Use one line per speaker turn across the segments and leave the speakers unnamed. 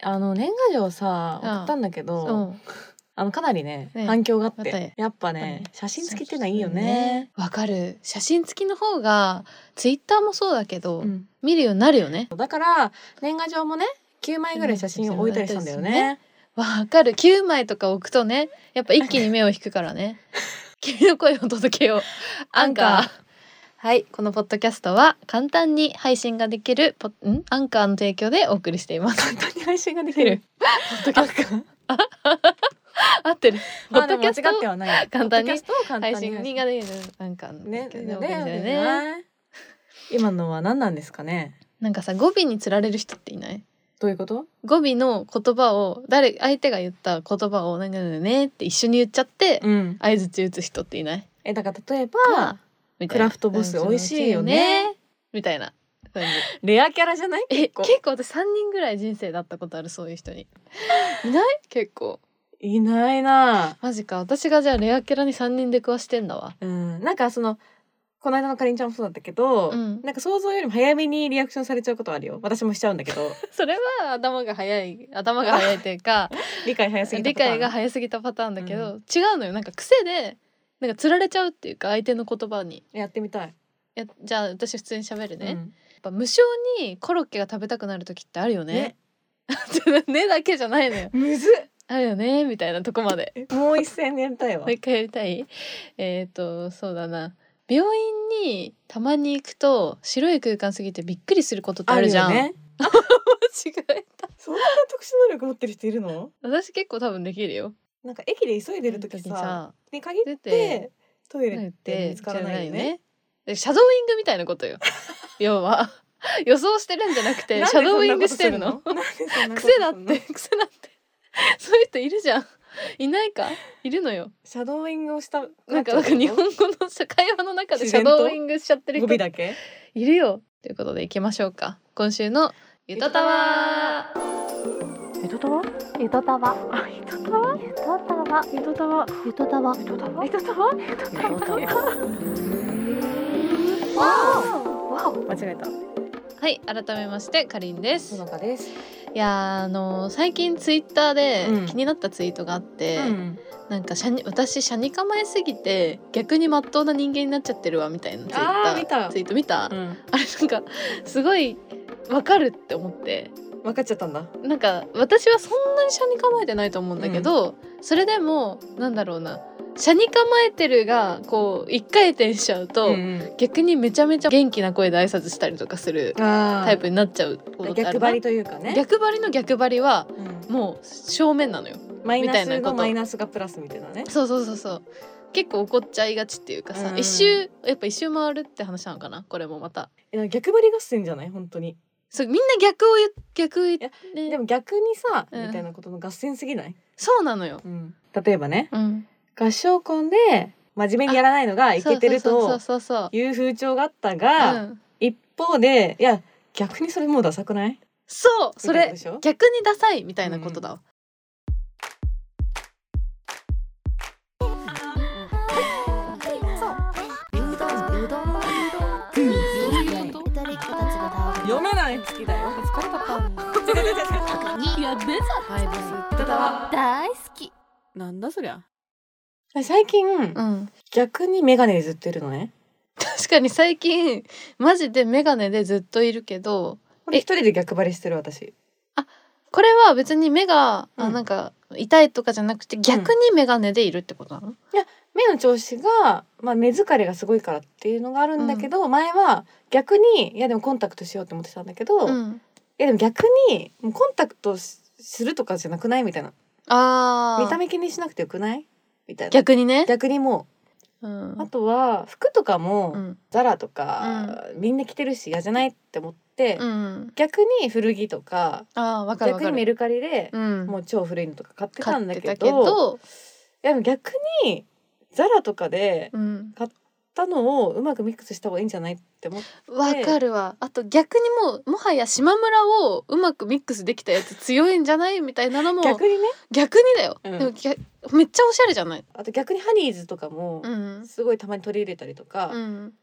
あの年賀状さ
うん
送ったんだけど、
うん
あのかなりね
ね
反響があっ
あった
て
ね
やっぱね写真付きってのはいいよね。
わかる写真付きの方がツイッターもそうだけど、
うん
見るようになるよね
だから年賀状もね9枚ぐらい写真を置いたりしたんだよね。
わかる9枚とか置くとねやっぱ一気に目を引くか らね君の声を届けようアン
アン
カ
カ
ーはいこのポッドキャストは簡単に配信ができるポんアンカーの提供でお送りしています
簡単に配信ができ る。ポッドキャスト。
合ってるポ
まあ
ッ
で
ド
も
キ
間違
ャ
っ
スト
てはないよ。
簡単に
ポッドキャストを簡単
配
に
信ができるアンカーの
ね
提
ね
供でお送りしてるね
ね今のは何なんですかね。
なんかさ語尾につられる人っていない
どういうこと？
語尾の言葉を誰相手が言った言葉をなんかねって一緒に言っちゃって
うん。
相槌打つ人っていない
えだから例えば
かみたい
ク
な
ラフトボス美味しいよ
うん
ね。
みたいな感じ
レアキャラじゃない？
え
結
結
構
構私3人ぐらい人生だったことあるそういう人 にいない結構
いないな。
マジか私がじゃあレアキャラに3人で食わしてん だわ
うん、なんかそのこの間のかりんちゃんもそうだったけど、
うん
なんか想像よりも早めにリアクションされちゃうことはあるよ私もしちゃうんだけ ど
それは頭が早い頭が早いというか
理解 早すぎた
理
パターン
解が早すぎたパターンだけど、
う
違うのよなんか癖でなんかつられちゃうっていうか相手の言葉に
やってみたい
いやじゃあ私普通に喋るね、
う
やっ
ん
ぱ無性にコロッケが食べたくなる時ってあるよね
ね
ねだけじゃないのよ
むず
あるよねみたいなとこまで
っもう一戦やりたいわ
もう一回やりたいえっ、とそうだな病院にたまに行くと白い空間すぎてびっくりすることってあるじゃん、
よね
間 違えた
そんな特殊能力持ってる人いるの
私結構多分できるよ
なんか駅で急いでる時
その時
さ
さ
に限っ
出
て
て
トイレ
言っ
って
て
見つからないよね
でシャドーイングみたいなこと よ要は予想してるんじゃなくてシャドーイングしてるの
なんでそんなことす
癖
る
だ
の
って癖だって そういう人いるじゃんいないかいるのよ
シャドーイングをした
なんかなんか日本語の社会話の中でシャドーイングしちゃってる
語
人
尾だけ
いるよということで行きましょうか今週のゆとたわ
えとたわ
ゆとたわ。ゆとたわ。ゆとたわ。
えとたわ
ゆとたわ。ゆとたわ。ゆとたわ。ゆとたわ。わ
間違えた
はい改めましてかりんです
のかです
いやーあのー最近ツイッターで
うん
気になったツイートがあって、
うん
なんか社に私社に構えすぎて逆に真っ当な人間になっちゃってるわみたいなツイッタ
あー
ー
見た
ツイート見た、
うん
あれなんかすごいわかるって思って
分かっちゃったんだ
なんか私はそんなに車に構えてないと思うんだけど、それでもなんだろうな車に構えてるがこう一回転しちゃうと、
ん
逆にめちゃめちゃ元気な声で挨拶したりとかする
あ
タイプになっちゃうことってあ
逆
る
張
な
りというかね
逆張りの逆張りは
うん
もう正面なのよ
マイナ
みた
ス
いなこ
の
と
マイナスがプラスみたいなね
そうそうそうそう結構怒っちゃいがちっていうかさ、
うん
一周やっぱ一周回るって話なのかなこれもまた
え逆張り合戦じゃない本当に
そうみんな逆を言う逆を言って
でも逆にさ
うん
みたいなことの合戦すぎない
そうなのよ、
例えばね
うん、
合唱コンで真面目にやらないのがいけてる
そう
と
そうそうそうそう
いう風潮があった
う
が
ん
一方でいや逆にそれもうダサくない
そうそ
みたいなこと
れ
でしょ
逆にダサいみたいなことだわ、
読めない好きだよ疲れたか
大好き。
なんだそりゃ。
最近
うん、
逆にメガネでずっといるのね
確かに最近マジで眼鏡でずっといるけど
これ一人で逆張りしてる私
これは別に目が、
う
あ
ん
なんか痛いとかじゃなくて逆に眼鏡でいるってことなの、
目の調子が、まあ、目疲れがすごいからっていうのがあるんだけど、前は逆にいやでもコンタクトしようと思ってたんだけど、
う
い
ん
やでも逆にもうコンタクトしするとかじゃなくないみたいな
あー
見た目気にしなくてよくないみたいな
逆にね、
逆にも
うん
うあとは服とかも、
うん
ザラとか、みんな着てるし嫌じゃないって思って、
うん、
逆に古着とか
あーわかるわ
逆
か
にメ
る、
ルカリで、
うん、
もう超古いのとか買ってた
買
ん
っ
だ
て
け
た
ど
けど、
いやでも逆にザラとかで
うん、
買っったのをうまくミックスした方がいいんじゃないって思って
わかるわあと逆にもうもはや島村をうまくミックスできたやつ強いんじゃないみたいなのも逆
逆にね
にだよ、
うん
でもぎゃめっちゃおしゃれじゃない
あと逆にハニーズとかも
うん
すごいたまに取り入れたりとか、ハ
う
ニ
ん、
ー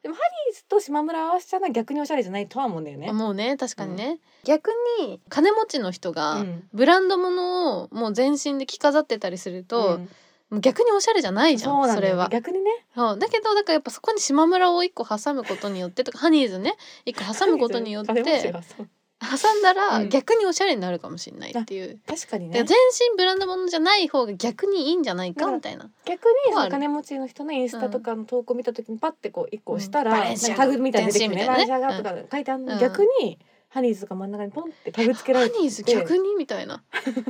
ズと島村合わせたのは逆におしゃれじゃないとは思うんだよね。
もうね確かにね、逆に金持ちの人
う
が
ん
ブランド物をもう全身で着飾ってたりすると、
ん
もう逆におしゃれじゃないじゃん
そう
そ
なんだ
れ
よ、ね
は、。
逆にね
そうだけどだからやっぱそこに島村を一個挟むことによってとかハニーズね一個挟むことによっ
金持ち
て
は そう
挟んだ
う
ら
ん
逆におしゃれになるかもしれないっていう。
確かに
だから
ね
全身ブランド物じゃない方が逆にいいんじゃないかみたいな。
逆に
そう
そ
ある
の金持ちの人のインスタとかの投稿見た時にパッてこう一個押したら、
うんバ
な
レン
ん
シ
か
アガ
タグみたいに出てきてね「
全
バレンシ
身みたい
ア
なね
ガ」とか書いてあるの、
うん
逆にハニーズとか真ん中にポンってタグつけら
ハ
れて
ニーズ逆にみたいな。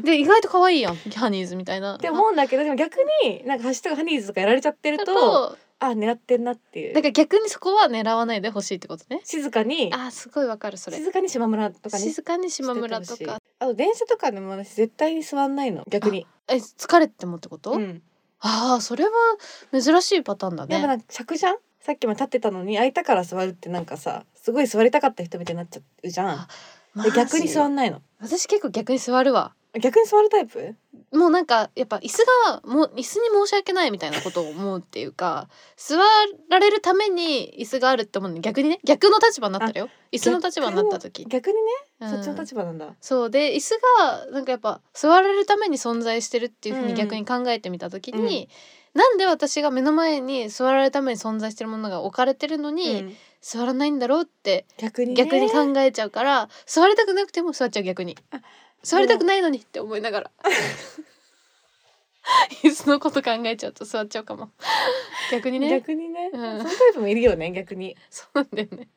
で意外と可愛いやんハニーズみたいな。
って思うんだけどでも逆になんか「ハッシュタグハニーズ」とかやられちゃってる
だ
と
と
あ狙ってんなってい
だ
う
から逆にそこは狙わないでほしいってことね。
静かに
あーすごいわかるそれ。
静かに島村とかに
静かに島村と
しててほ
か
し。いあと電車とかでも私絶対に座んないの逆に
え疲れてもってこと？
うん
ああそれは珍しいパターンだ
やっぱ
ね。
なんか尺じゃんさっきも立ってたのに空いたから座るってなんかさすごい座りたかった人みたいになっちゃうじゃんで逆に座
ん
んないの
私結構逆に座るわ。
逆に座るタイプ
もうなんかやっぱ椅子がもう椅子に申し訳ないみたいなことを思うっていうか座られるために椅子があるって思うのに逆にね逆の立場になったらよ椅子の立場になった時、
逆にね、
うん
そっちの立場なんだ
そうで椅子がなんかやっぱ座られるために存在してるっていうふうに逆に考えてみた時に、なんで私が目の前に座られるために存在してるものが置かれてるのに、
うん
座らないんだろうって
逆にね
逆に考えちゃうから座りたくなくても座っちゃう逆に
あ
座りたくないのにって思いながら 椅子のこと考えちゃうと座っちゃうかも 逆にね
逆にね、
うん
そのタイプもいるよね逆に
そうなんだよね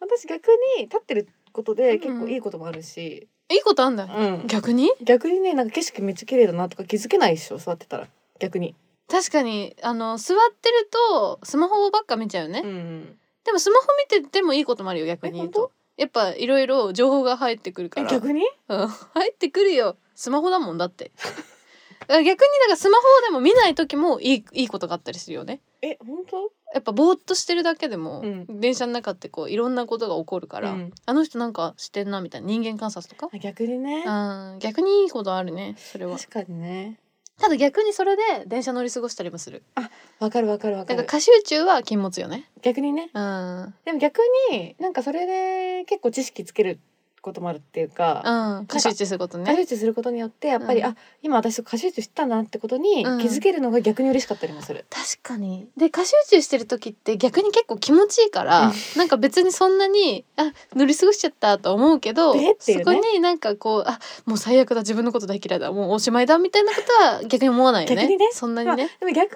私逆に立ってることで結構いいこともあるし、
いいことあんだ
うん
逆に
逆にねなんか景色めっちゃ綺麗だなとか気づけないでしょ座ってたら逆に、
確かにあの座ってるとスマホばっか見ちゃうね、
うん、
でもスマホ見ててもいいこともあるよ逆に言
え
うとやっぱいろいろ情報が入ってくるか
え
ら
逆に
うん入ってくるよスマホだもんだって だから逆にだからスマホでも見ない時もいいいいことがあったりするよね
え本当
やっぱぼーっとしてるだけでも、
うん
電車の中ってこういろんなことが起こるから、
うん
あの人なんかしてんなみたいな人間観察とか、
あ逆にね
うん、逆にいいことあるねそれは
確かにね
ただ逆にそれで電車乗り過ごしたりもする
わかるわかるわ
だか
からる
過集中は禁物よね
逆にね
うん、うん、
でも逆になんかそれで結構知識つけることもあるっていうか、
過集中すること
過
ね
集中することによってやっぱり、
うん
あ今私過集中してたんだなってことに気
うん
づけるのが逆に嬉しかったりもする、
確かにで過集中してる時って逆に結構気持ちいいか
う
ら、
ん
なんか別にそんなにあ乗り過ごしちゃったと思うけど、
でってい
そう
ね
こになんかこうあもう最悪だ自分のこと大嫌いだもうおしまいだみたいなことは逆に思わないよね
逆にね
そんな
ま
に
あ、
ね
で、も逆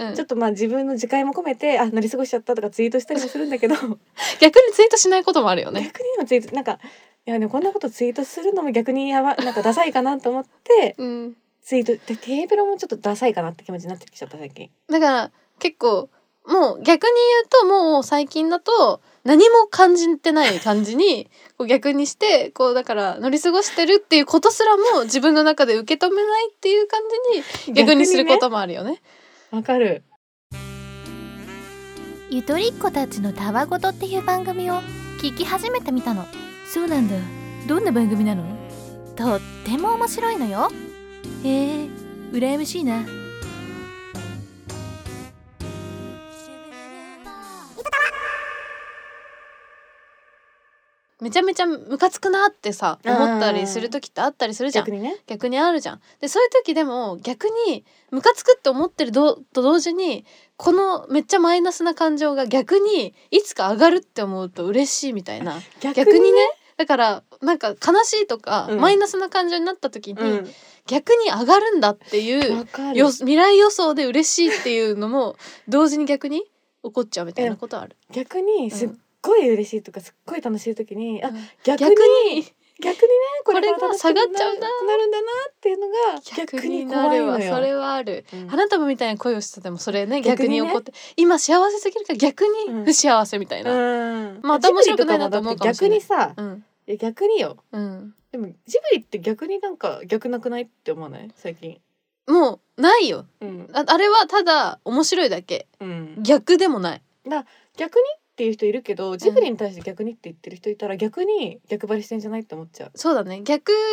うん
にちょっとまあ自分の自戒も込めて、あ乗り過ごしちゃったとかツイートしたりもするんだ けど、
逆にツイートしないこともあるよね
逆にもツイートなんかいやでもこんなことツイートするのも逆にやばなんかダサいかなと思って
うん
ツイートでテーブルもちょっとダサいかなって気持ちになってきちゃった最近
だから結構もう逆に言うともう最近だと何も感じてない感じにこう逆にしてこうだから乗り過ごしてるっていうことすらも自分の中で受け止めないっていう感じに 逆にすることもあるよね。
わ、かる
ゆとりっ子たちのたわごとっていう番組を聞き始めてみたのそうなんだどんな番組なのとっても面白いのよへえ羨ましいな
めちゃめちゃムカつくなってさ
うん
思ったりする時ってあったりするじゃん
逆。にね
逆にあるじゃん。でそういう時でも逆にムカつくって思ってるどと同時にこのめっちゃマイナスな感情が逆にいつか上がるって思うと嬉しいみたい な。
逆
逆にねだからなんか悲しいとか、
うん
マイナスな感情になった時に、
うん
逆に上がるんだっていう
わかる
よ未来予想で嬉しいっていうのも同時に逆に起こっちゃうみたいなことある。
逆にすっごい嬉しいとかすっごい楽しい時に、あ
うん
逆
逆
に
に
逆にねこれ
これが
から楽しくなる
下がっちゃうな
なるんだなっていうのが
逆
逆
に
に
な
怖い
る
の
わ
よ
それはある。
うん
花束みたいな恋をしててもそれね逆
逆
に
にね
怒って、今幸せすぎるから逆に不幸せみたいな。
うん
まあ
ジブリ
面白くないなと思うかもしれない
とかもだって逆にさ
うん、
いや逆によ
うん
でもジブリって逆になんか逆なくないって思わない最近
もうないよ
うん
ああれはただ面白いだけ
うん
逆でもない
逆にっていう人いるけどジブリに対して逆にって言ってる人いたら逆に逆張りしてんじゃないって思っちゃう
そうだね逆に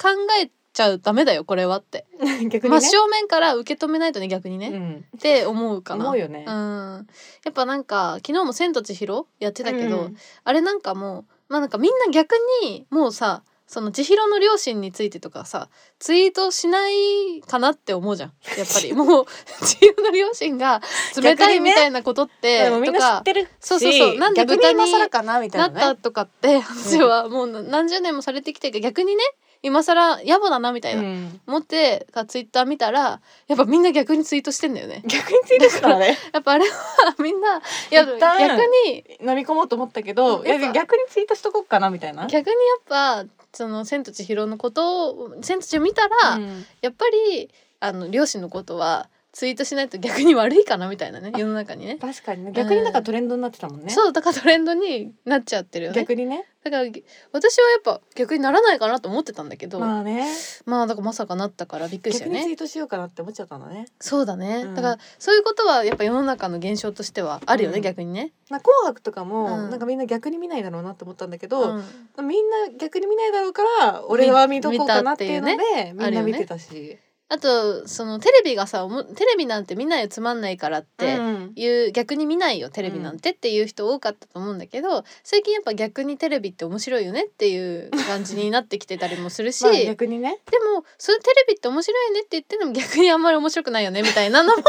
考えちゃうダメだよこれはって、
逆に
真
ね、
正面から受け止めないとね逆にね、
う
っ
ん、
て思うかな
思うよね、
うん、やっぱなんか昨日も「千と千尋」やってたけど、
うん
あれなんかもうまあなんかみんな逆にもうさその千尋の両親についてとかさツイートしないかなって思うじゃんやっ ぱりもう千尋の両親が冷たいみたいなことって、
でもみんな
と
知っ
か
てるし
そうそうそうなんで
逆
豚
に
に
今更かなみたい
な
な
っ
ね
たとかって話はもう何十年もされてきてるけど逆にね今更野暮だなみたいな、
うん
思ってかツイッター見たらやっぱみんな逆にツイートしてんだよね。
逆についてたらね
やっぱあれはみんないや
一
逆
旦
に
飲み込もうと思ったけどい
やっ
や
ぱ
逆にツイートしとこうかなみたいな。
逆にやっぱその「千と千尋」のことを「千と千尋」見たら、
うん
やっぱりあの両親のことはツイートしないと逆に悪いかなみたいなね世の中にね
確かにね逆になんかトレンドになってたもんね。
そうだからトレンドになっちゃってるよね
逆にね。
だからぎ私はやっぱ逆にならないかなと思ってたんだけど、まあ、
まあね。
だからまさかなったからびっくりした
逆
よ
にツイ
ね
ートしようかなって思っちゃったんだね。
そうだね、
うん
だからそういうことはやっぱ世の中の現象としてはあるよね、
うん
逆にね、
なんか紅白とかも、
うん
なんかみんな逆に見ないだろうなって思ったんだけ
う
ど、
ん、
みんな逆に見ないだろうから俺は見とこうかなっていうので
見
みんな見てたし。
あとそのテレビがさおもテレビなんて見ないよつまんないからって、
うん
いう逆に見ないよテレビなんてっていう人多かったと思うんだけど、最近やっぱ逆にテレビって面白いよねっていう感じになってきてたりもするし、
まあ
で
逆にね。
もそれテレビって面白いねって言ってでも逆にあんまり面白くないよねみたいなのも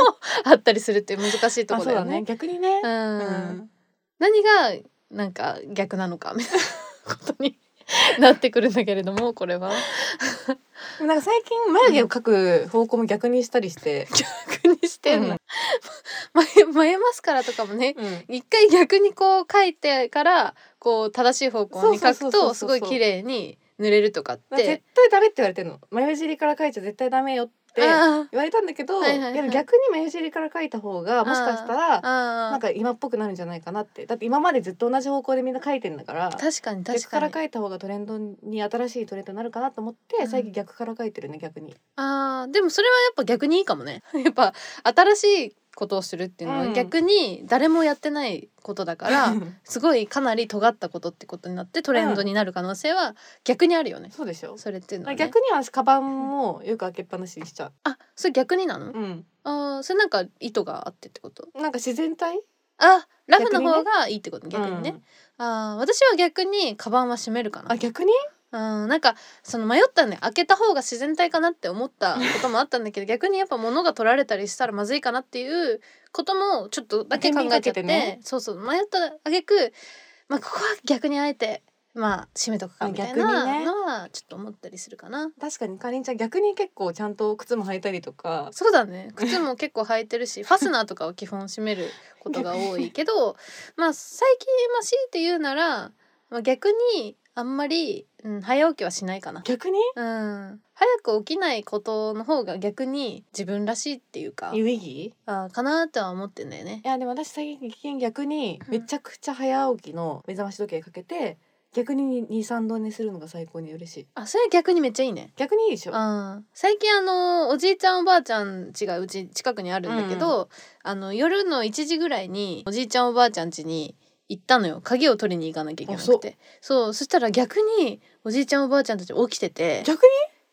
あったりするっていう難しいと
あ
こ
そ
ろ
う
だよ
だ
ね
ね。。逆にね
う。
うんん。
何がなんか逆なのかみたいなことになってくるんだけれどもこれは
でもなんか最近眉毛を描く方向も逆にしたりして。
逆にしてんの、 眉眉マスカラとかもね
うん
一回逆にこう書いてからこう正しい方向に書
そうそ
く
うそうそうそ
と
う
すごい綺麗に塗れるとかっ
なんか絶
て
対ダメって言われてるの眉尻から描いちゃ絶対ダメよって言
あ
われたんだけど、
はいはいはい
でも逆に眉尻から描いた方がもしかしたら
ああ
なん
あ
か今っぽくなるんじゃないかなってだって今までずっと同じ方向でみんな描いてんだから
確かに確
逆
か
から
に
描いた方がトレンドに新しいトレンドになるかなと思って、
うん
最近逆から描いてるね逆に
ああでもそれはやっぱ逆にいいかもね やっぱ新しいことをするっていうの
う
は
ん
逆に誰もやってないこと だ から、すごいかなり尖ったことってことになってトレンドになる可能性は逆にあるよね、
そうでしょ
それっていうのは、ね、
逆に私カバンもよく開けっぱなしにしちゃ
あそれ逆にな
う、
の、
うん、
ああそれなんか意図があってってこと
なんか自然体
あラフ
逆
の
にね
方がいいってこと逆にね
う、ん
あー私は逆にカバンは閉めるかな
あ逆に
うんなんかその迷ったんで開けた方が自然体かなって思ったこともあったんだ けど逆にやっぱ物が取られたりしたらまずいかなっていうこともちょっとだけ考えちゃ
天秤か
って
けてね
そうそう迷ったあげくまあここは逆にあえてまあ閉めとくか
あ
みたい
逆に
な
ね
のはちょっと思ったりするかな。
確かにかりんちゃん逆に結構ちゃんと靴も履いたりとか
そうだね靴も結構履いてるしファスナーとかは基本閉めることが多いけどまあ最近まあ強いて言うなら、まあ、逆にあんまり、うん、早起きはしないかな。
逆に
うん、早く起きないことの方が逆に自分らしいっていうか
有意義
あかなとは思ってんだよね
い。やでも私最近逆に
うん
めちゃくちゃ早起きの目覚まし時計かけて逆に23度寝するのが最高に嬉しい
あそれ逆にめっちゃいいね。
逆にいいでしょ
うん、最近あのおじいちゃんおばあちゃん家がうち近くにあるんだけど、あの夜の1時ぐらいにおじいちゃんおばあちゃん家に行ったのよ鍵を取りに行かなきゃいけなくてそうそしたら逆におじいちゃんおばあちゃんたち起きてて
逆に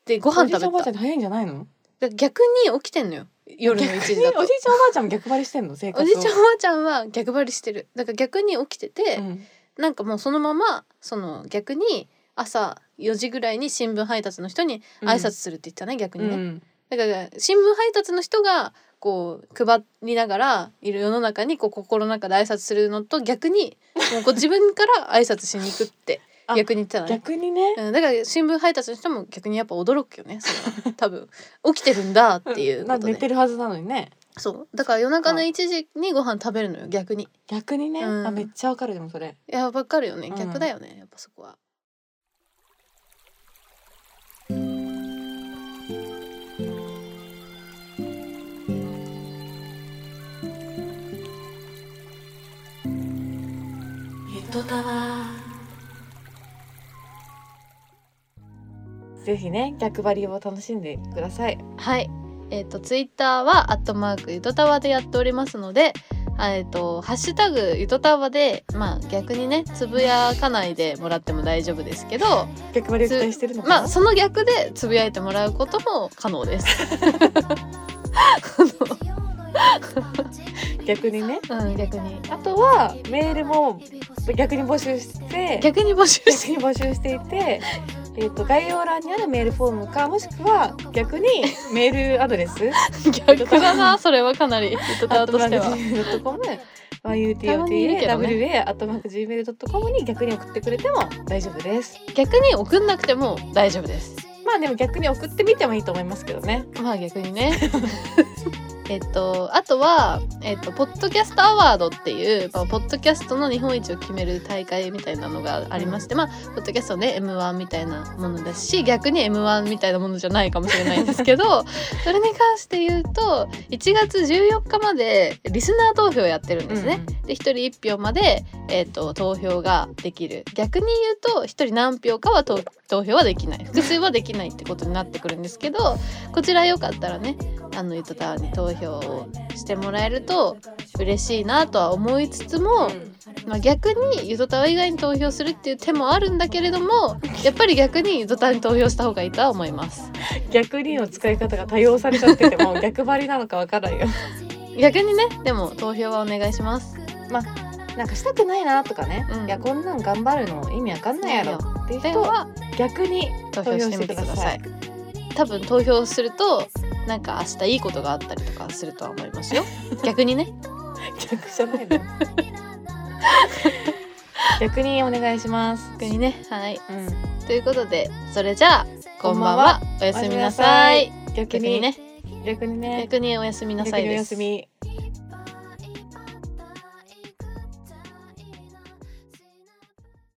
でご
お
飯
じいちゃんお
食
ば
べ
あちゃん
た
って早いんじゃないの
だ逆に起きてんのよ夜の1時だ
えお
と
じいちゃんおばあちゃんも逆張りしてんの生活
お
を
じいちゃんおばあちゃんは逆張りしてるだから逆に起きてて、
うん
なんかもうそのままその逆に朝4時ぐらいに新聞配達の人に挨拶するって言ったね、逆にね、
うん
だから新聞配達の人がこう配りながらいる世の中にこう心の中で挨拶するのと逆にもうこう自分から挨拶しに行くって
あ
逆に言ってたのね。
逆にね
うん、だから新聞配達の人も逆にやっぱ驚くよねそれ は多分起きてるんだっていうこ
なんか
とで、
寝てるはずなのにね
そうだから夜中の1時にご飯食べるのよ逆に
逆にね
うん
あめっちゃわかるでもそれ
いやわかるよね
うん
逆だよね、やっぱそこは
ゆとたわぜひね逆張りを楽しんでください
はい。えっ、と、ツイッターは、アットマークゆとたわでやっておりますので、あえっと、ハッシュタグゆとたわで、まあ逆にね、つぶやかないでもらっても大丈夫ですけど、
逆張りを期待してるのかな
まあその逆でつぶやいてもらうことも可能 です。
逆にね
うん、逆に。
あとはメールも逆に募集して
逆に募集
逆
して
に募集していて、えっと概要欄にあるメールフォームかもしくは逆にメールアド レス
逆だな、それはかなり。ゆとたわとしては。
@gmail.com
たまにいるけど
yutota.wa.gmail.com に逆に送ってくれても大丈夫です
逆に送んなくても大丈夫です。
まあでも逆に送ってみてもいいと思いますけどね
まあ逆にね。 えっと、あとは、えっと、ポッドキャストアワードっていう、まあ、ポッドキャストの日本一を決める大会みたいなのがありまして、まあ、ポッドキャストね、M1 みたいなものだし、逆に M1 みたいなものじゃないかもしれないんですけど、それに関して言うと、1月14日までリスナー投票やってるんですね。で1人1票まで、えー、と投票ができる逆に言うと1人何票かは投投票はできない複数はできないってことになってくるんですけどこちらよかったらねあのゆとたわに投票をしてもらえると嬉しいなとは思いつつも、まあ、逆にゆとたわ以外に投票するっていう手もあるんだけれどもやっぱり逆にゆとたわに投票した方がいいとは思います。
逆にの使い方が多用されちゃってても う逆張りなのかわからんよ
逆にねでも投票はお願いします。
なんかしたくないなとかね、
うん
いやこんなん頑張るの意味わかんないやろっていう
で
人は
は
逆に
投票してみてください。多分投票するとなんか明日いいことがあったりとかするとは思い ますよ。逆にね。
逆じゃないの 逆にお願いします
逆にね。はい。
うん
ということでそれじゃあこんばんは。おやすみなさい。
逆
逆に
に
ね。
逆にね
逆におやすみなさい
逆にお
です。
休み